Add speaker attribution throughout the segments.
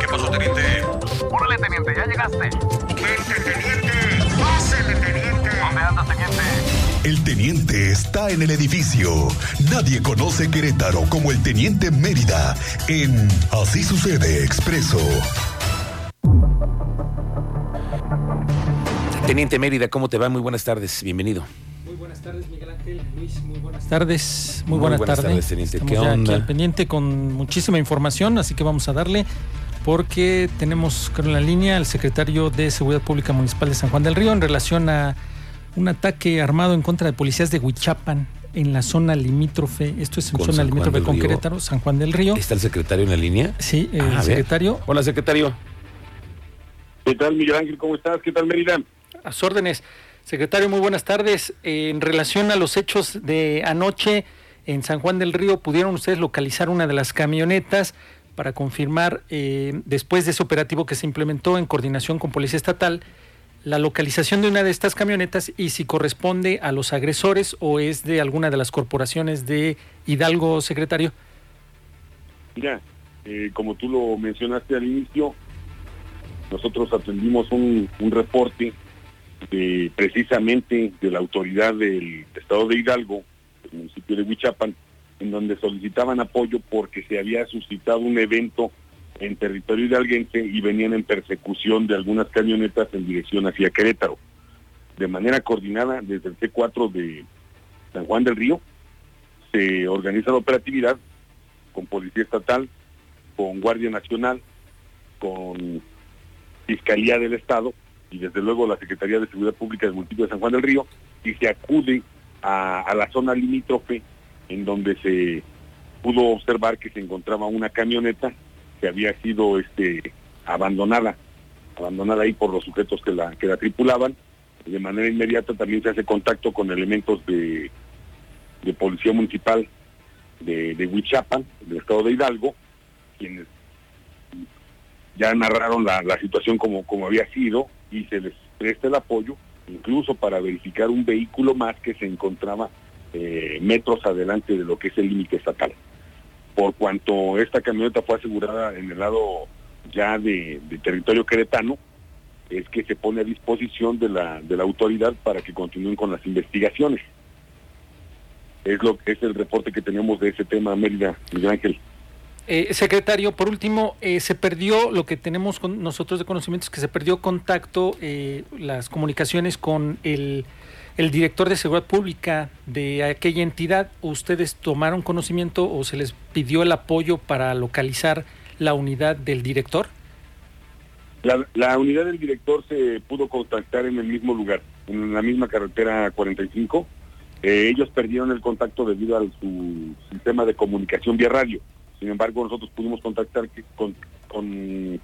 Speaker 1: ¿Qué pasó, teniente?
Speaker 2: Órale, teniente, ya llegaste.
Speaker 1: ¡Vente, teniente! ¡Pásele, teniente!
Speaker 2: ¿Dónde andas, teniente?
Speaker 3: El teniente está en el edificio. Nadie conoce Querétaro como el teniente Mérida en Así sucede expreso.
Speaker 4: Teniente Mérida, ¿cómo te va? Muy buenas tardes, bienvenido.
Speaker 5: Muy buenas tardes, Miguel Ángel, Luis, muy buenas tardes. Muy, buenas,
Speaker 4: buenas
Speaker 5: tardes.
Speaker 4: tardes, teniente.
Speaker 5: Estamos
Speaker 4: ¿Qué
Speaker 5: ya aquí
Speaker 4: onda?
Speaker 5: al pendiente con muchísima información, así que vamos a darle porque tenemos creo, en la línea al secretario de Seguridad Pública Municipal de San Juan del Río en relación a un ataque armado en contra de policías de Huichapan en la zona limítrofe, esto es en
Speaker 4: Con
Speaker 5: zona
Speaker 4: San Juan
Speaker 5: limítrofe
Speaker 4: del
Speaker 5: con
Speaker 4: Río.
Speaker 5: Querétaro, San Juan del Río.
Speaker 4: ¿Está el secretario en la línea?
Speaker 5: Sí, el
Speaker 4: Ah, a ver.
Speaker 5: secretario,
Speaker 4: Hola, secretario.
Speaker 6: ¿Qué tal, Miguel Ángel? ¿Cómo estás? ¿Qué tal, Mérida?
Speaker 5: A sus órdenes. Secretario, muy buenas tardes. Eh, en relación a los hechos de anoche en San Juan del Río, ¿pudieron ustedes localizar una de las camionetas para confirmar, eh, después de ese operativo que se implementó en coordinación con Policía Estatal, la localización de una de estas camionetas y si corresponde a los agresores o es de alguna de las corporaciones de Hidalgo, secretario?
Speaker 6: Mira, eh, como tú lo mencionaste al inicio, nosotros atendimos un, un reporte de, precisamente de la autoridad del Estado de Hidalgo, del municipio de Huichapan, en donde solicitaban apoyo porque se había suscitado un evento en territorio hidalguense y venían en persecución de algunas camionetas en dirección hacia Querétaro. De manera coordinada desde el C4 de San Juan del Río, se organiza la operatividad con Policía Estatal, con Guardia Nacional, con Fiscalía del Estado y desde luego la Secretaría de Seguridad Pública del municipio de San Juan del Río y se acude a, a la zona limítrofe en donde se pudo observar que se encontraba una camioneta que había sido este abandonada, abandonada ahí por los sujetos que la, que la tripulaban. De manera inmediata también se hace contacto con elementos de, de policía municipal de, de Huichapan, del estado de Hidalgo, quienes ya narraron la, la situación como, como había sido y se les presta el apoyo, incluso para verificar un vehículo más que se encontraba eh, metros adelante de lo que es el límite estatal. Por cuanto esta camioneta fue asegurada en el lado ya de, de territorio queretano, es que se pone a disposición de la, de la autoridad para que continúen con las investigaciones. Es lo es el reporte que tenemos de ese tema, Mérida, Miguel Ángel.
Speaker 5: Eh, secretario, por último, eh, se perdió lo que tenemos con nosotros de conocimiento es que se perdió contacto, eh, las comunicaciones con el, el director de seguridad pública de aquella entidad. ¿Ustedes tomaron conocimiento o se les pidió el apoyo para localizar la unidad del director?
Speaker 6: La, la unidad del director se pudo contactar en el mismo lugar, en la misma carretera 45. Eh, ellos perdieron el contacto debido a su sistema de comunicación vía radio. Sin embargo, nosotros pudimos contactar que- con, con-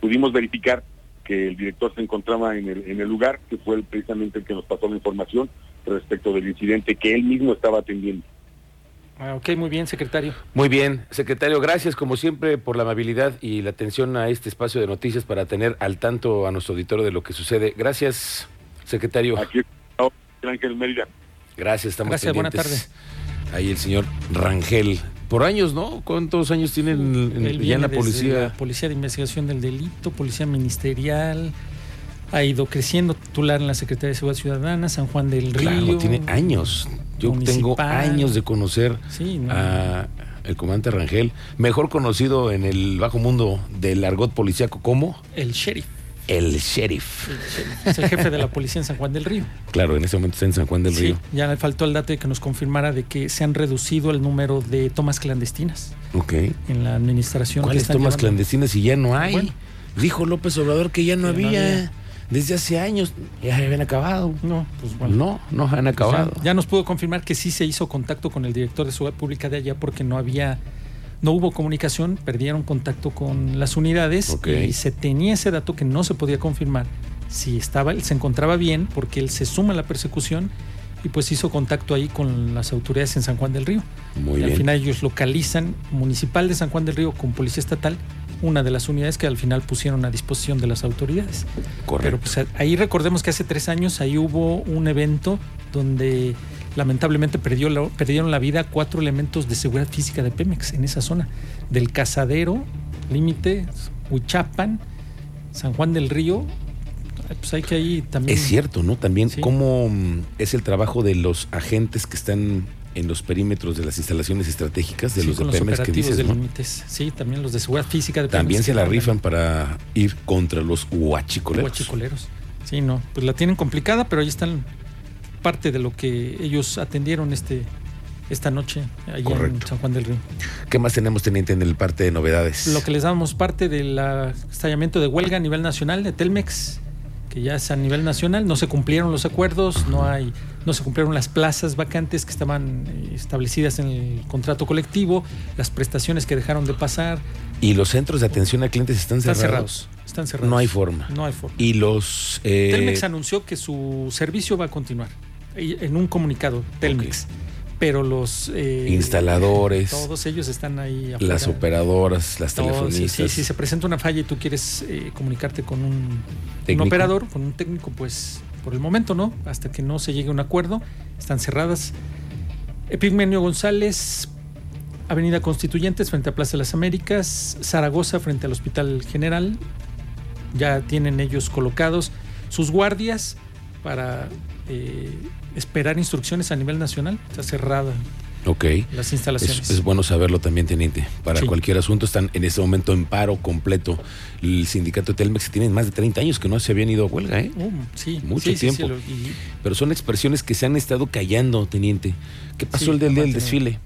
Speaker 6: pudimos verificar que el director se encontraba en el, en el lugar, que fue el- precisamente el que nos pasó la información respecto del incidente que él mismo estaba atendiendo.
Speaker 5: Ah, ok, muy bien, secretario.
Speaker 4: Muy bien, secretario, gracias como siempre por la amabilidad y la atención a este espacio de noticias para tener al tanto a nuestro auditorio de lo que sucede. Gracias, secretario.
Speaker 6: Aquí está Miguel Ángel Mérida.
Speaker 4: Gracias, estamos
Speaker 5: Gracias, buena
Speaker 4: pendientes. Ahí el señor Rangel. Por años, ¿no? ¿Cuántos años tiene en- en- ya
Speaker 5: Él
Speaker 4: en
Speaker 5: viene
Speaker 4: la
Speaker 5: desde
Speaker 4: policía?
Speaker 5: la policía de investigación del delito, policía ministerial. Ha ido creciendo titular en la Secretaría de Seguridad Ciudadana, San Juan del Río.
Speaker 4: Claro, tiene años. Yo tengo
Speaker 5: Municipal.
Speaker 4: años de conocer
Speaker 5: Sí, no.
Speaker 4: a el comandante Rangel, mejor conocido en el bajo mundo del argot policíaco como
Speaker 5: El sheriff.
Speaker 4: el sheriff.
Speaker 5: El sheriff. Es el jefe de la policía en San Juan del Río.
Speaker 4: Claro, en ese momento está en San Juan del Río.
Speaker 5: Sí, ya le faltó el dato de que nos confirmara de que se han reducido el número de tomas clandestinas
Speaker 4: Ok.
Speaker 5: en la administración. que
Speaker 4: ¿Cuáles
Speaker 5: están
Speaker 4: tomas
Speaker 5: llevando.
Speaker 4: clandestinas si ya no hay?
Speaker 5: Bueno.
Speaker 4: Dijo López Obrador que ya no,
Speaker 5: Que no
Speaker 4: había.
Speaker 5: había.
Speaker 4: Desde hace años ya habían acabado.
Speaker 5: No, pues bueno.
Speaker 4: No, no han
Speaker 5: Pues ya-
Speaker 4: acabado.
Speaker 5: Ya, nos pudo confirmar que sí se hizo contacto con el director de seguridad pública de allá porque no había, no hubo comunicación, perdieron contacto con las unidades
Speaker 4: Ok.
Speaker 5: y se tenía ese dato que no se podía confirmar si estaba, él se encontraba bien porque él se suma a la persecución y pues hizo contacto ahí con las autoridades en San Juan del Río.
Speaker 4: Muy
Speaker 5: y al
Speaker 4: bien.
Speaker 5: final ellos localizan municipal de San Juan del Río con policía estatal una de las unidades que al final pusieron a disposición de las autoridades.
Speaker 4: Correcto.
Speaker 5: Pero pues a- ahí recordemos que hace tres años ahí hubo un evento donde lamentablemente perdió la- perdieron la vida cuatro elementos de seguridad física de Pemex en esa zona, del Casadero, Límite, Huichapan, San Juan del Río. Ay, Pues hay que ahí también.
Speaker 4: Es cierto, ¿no? También
Speaker 5: Sí.
Speaker 4: cómo mm, es el trabajo de los agentes que están en los perímetros de las instalaciones estratégicas de
Speaker 5: sí,
Speaker 4: los
Speaker 5: con
Speaker 4: DPMs que
Speaker 5: operativos
Speaker 4: dices,
Speaker 5: de
Speaker 4: ¿no?
Speaker 5: límites. Sí, también los de seguridad física. de
Speaker 4: También
Speaker 5: permisos
Speaker 4: se
Speaker 5: que
Speaker 4: la
Speaker 5: mandan
Speaker 4: rifan para ir contra los huachicoleros.
Speaker 5: Guachicoleros. Sí, no. Pues la tienen complicada, pero ahí están parte de lo que ellos atendieron este esta noche allá
Speaker 4: Correcto.
Speaker 5: en San Juan del Río.
Speaker 4: ¿Qué más tenemos, teniente, en el parte de novedades?
Speaker 5: Lo que les damos parte del ah, estallamiento de huelga a nivel nacional de Telmex, que ya es a nivel nacional, no se cumplieron los acuerdos, no hay, no se cumplieron las plazas vacantes que estaban eh, establecidas en el contrato colectivo, las prestaciones que dejaron de pasar,
Speaker 4: Y los centros de atención a clientes están
Speaker 5: están
Speaker 4: cerrados.
Speaker 5: cerrados, están cerrados.
Speaker 4: No hay forma.
Speaker 5: No hay forma.
Speaker 4: Y los... eh,
Speaker 5: Telmex anunció que su servicio va a continuar y- en un comunicado Telmex, pero los eh,
Speaker 4: Instaladores.
Speaker 5: todos ellos están ahí. afuera.
Speaker 4: las operadoras, las
Speaker 5: Todos, sí,
Speaker 4: telefonistas.
Speaker 5: sí, si se presenta una falla y tú quieres eh, comunicarte con un, un
Speaker 4: Técnico.
Speaker 5: operador, con un técnico, pues por el momento no, hasta que no se llegue a un acuerdo, están cerradas. Epigmenio González, Avenida Constituyentes frente a Plaza de las Américas, Zaragoza frente al Hospital General, ya tienen ellos colocados sus guardias para eh, esperar instrucciones a nivel nacional, está cerrada
Speaker 4: Ok.
Speaker 5: las
Speaker 4: Es,
Speaker 5: instalaciones.
Speaker 4: es bueno saberlo también, teniente. Para
Speaker 5: Sí.
Speaker 4: cualquier asunto están en este momento en paro completo. El sindicato Telmex tiene más de 30 años que no se habían ido a huelga, ¿eh?
Speaker 5: Um, sí,
Speaker 4: Mucho
Speaker 5: sí, sí, sí,
Speaker 4: tiempo.
Speaker 5: lo- y-
Speaker 4: Pero son expresiones que se han estado callando, teniente. ¿Qué pasó
Speaker 5: Sí,
Speaker 4: el del día del
Speaker 5: mantienen.
Speaker 4: desfile?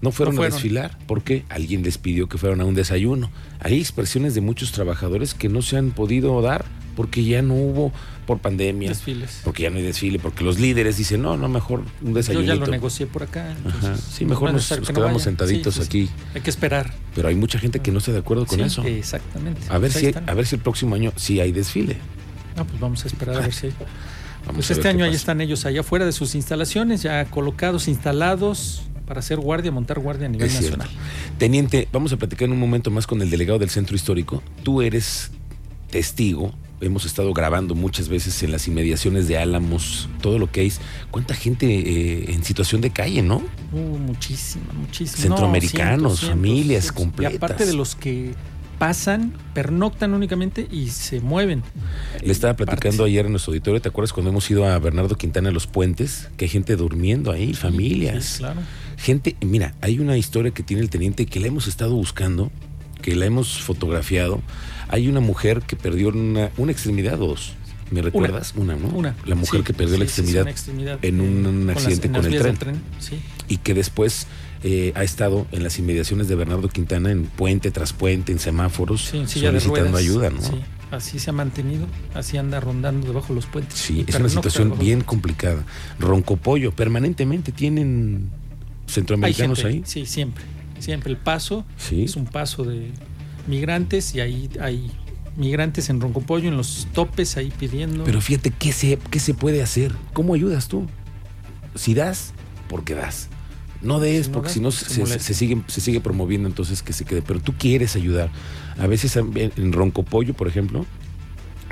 Speaker 4: No fueron,
Speaker 5: No fueron.
Speaker 4: a desfilar porque alguien les pidió que fueran a un desayuno. Hay expresiones de muchos trabajadores que no se han podido dar porque ya no hubo por pandemia,
Speaker 5: Desfiles.
Speaker 4: porque ya no hay desfile, porque los líderes dicen, no, no, mejor un
Speaker 5: Yo
Speaker 4: desayunito.
Speaker 5: ya lo negocié por acá. entonces,
Speaker 4: Ajá. Sí, mejor
Speaker 5: van a
Speaker 4: nos-
Speaker 5: estar
Speaker 4: nos
Speaker 5: que no
Speaker 4: quedamos
Speaker 5: vayan. pues,
Speaker 4: sentaditos aquí.
Speaker 5: Hay que esperar.
Speaker 4: Pero hay mucha gente que no está de acuerdo con
Speaker 5: Sí,
Speaker 4: eso.
Speaker 5: Exactamente.
Speaker 4: A ver,
Speaker 5: Pues ahí
Speaker 4: si,
Speaker 5: están.
Speaker 4: a ver si el próximo año sí hay desfile.
Speaker 5: No, pues vamos a esperar a ver si. hay.
Speaker 4: Vamos
Speaker 5: Pues
Speaker 4: a ver
Speaker 5: este
Speaker 4: qué
Speaker 5: año ahí
Speaker 4: pasa.
Speaker 5: están ellos allá afuera de sus instalaciones, ya colocados, instalados para hacer guardia, montar guardia a nivel
Speaker 4: Es cierto.
Speaker 5: nacional.
Speaker 4: Teniente, vamos a platicar en un momento más con el delegado del centro histórico. Tú eres testigo. Hemos estado grabando muchas veces en las inmediaciones de Álamos, todo lo que es. ¿Cuánta gente eh, en situación de calle, no?
Speaker 5: Uh, muchísima, muchísima.
Speaker 4: Centroamericanos, familias
Speaker 5: Y aparte
Speaker 4: completas.
Speaker 5: de los que pasan, pernoctan únicamente y se mueven.
Speaker 4: Le estaba
Speaker 5: Parte.
Speaker 4: platicando ayer en nuestro auditorio, ¿te acuerdas cuando hemos ido a Bernardo Quintana a los puentes? Que hay gente durmiendo ahí, familias.
Speaker 5: Sí, claro.
Speaker 4: Gente, mira, hay una historia que tiene el teniente que la hemos estado buscando, que la hemos fotografiado. Hay una mujer que perdió una, una extremidad o dos. ¿Me recuerdas? Una, ¿no?
Speaker 5: Una.
Speaker 4: La mujer
Speaker 5: Sí,
Speaker 4: que perdió la
Speaker 5: sí, sí, sí,
Speaker 4: extremidad,
Speaker 5: una extremidad,
Speaker 4: en un,
Speaker 5: eh, las-
Speaker 4: accidente
Speaker 5: en
Speaker 4: con
Speaker 5: las
Speaker 4: el
Speaker 5: vías
Speaker 4: tren,
Speaker 5: del Sí.
Speaker 4: y que después eh, ha estado en las inmediaciones de Bernardo Quintana en puente tras puente, en semáforos,
Speaker 5: Sí, en silla de
Speaker 4: solicitando
Speaker 5: ruedas.
Speaker 4: ayuda, ¿no?
Speaker 5: Sí, así se ha mantenido, así anda rondando debajo de los puentes.
Speaker 4: Sí,
Speaker 5: Y
Speaker 4: es una
Speaker 5: pernocta
Speaker 4: situación
Speaker 5: debajo de
Speaker 4: bien
Speaker 5: los puentes.
Speaker 4: complicada. Roncopollo, permanentemente tienen
Speaker 5: Hay
Speaker 4: centroamericanos
Speaker 5: gente,
Speaker 4: ahí.
Speaker 5: Sí, siempre. Siempre el paso
Speaker 4: Sí.
Speaker 5: es un paso de migrantes y ahí hay migrantes en Roncopollo, en los topes, ahí pidiendo.
Speaker 4: Pero fíjate, ¿qué se, ¿qué se puede hacer? ¿Cómo ayudas tú? Si das, porque das. No des,
Speaker 5: Si no
Speaker 4: porque
Speaker 5: das,
Speaker 4: si no
Speaker 5: pues, se
Speaker 4: se,
Speaker 5: molesta.
Speaker 4: se sigue, se sigue promoviendo, entonces que se quede. Pero tú quieres ayudar. A veces en, en Roncopollo, por ejemplo,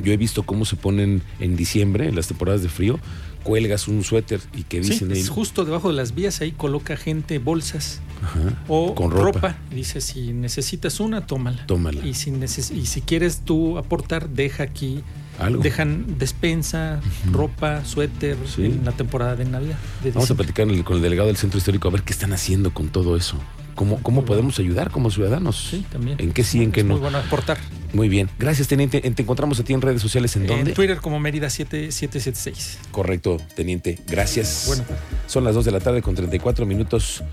Speaker 4: yo he visto cómo se ponen en diciembre, en las temporadas de frío, cuelgas un suéter y que
Speaker 5: Sí,
Speaker 4: dicen ahí,
Speaker 5: es justo debajo de las vías, ahí coloca gente bolsas
Speaker 4: ajá,
Speaker 5: o
Speaker 4: con ropa.
Speaker 5: Dice, si necesitas una, tómala.
Speaker 4: Tómala.
Speaker 5: Y si, neces- y si quieres tú aportar, deja aquí
Speaker 4: Algo.
Speaker 5: Dejan despensa, ropa, suéter
Speaker 4: Sí.
Speaker 5: en la temporada de Navidad. de
Speaker 4: Vamos a
Speaker 5: diciembre.
Speaker 4: platicar en el- con el delegado del centro histórico a ver qué están haciendo con todo eso. ¿Cómo, cómo podemos ayudar como ciudadanos?
Speaker 5: Sí, también.
Speaker 4: ¿En qué sí, en qué
Speaker 5: Es
Speaker 4: no?
Speaker 5: Muy bueno aportar.
Speaker 4: Muy bien. Gracias, Teniente. Eh, Te encontramos a ti en redes sociales. ¿En dónde?
Speaker 5: En Twitter como Mérida7776.
Speaker 4: Correcto, Teniente. Gracias.
Speaker 5: Bueno.
Speaker 4: Son las 2 de la tarde con 34 minutos.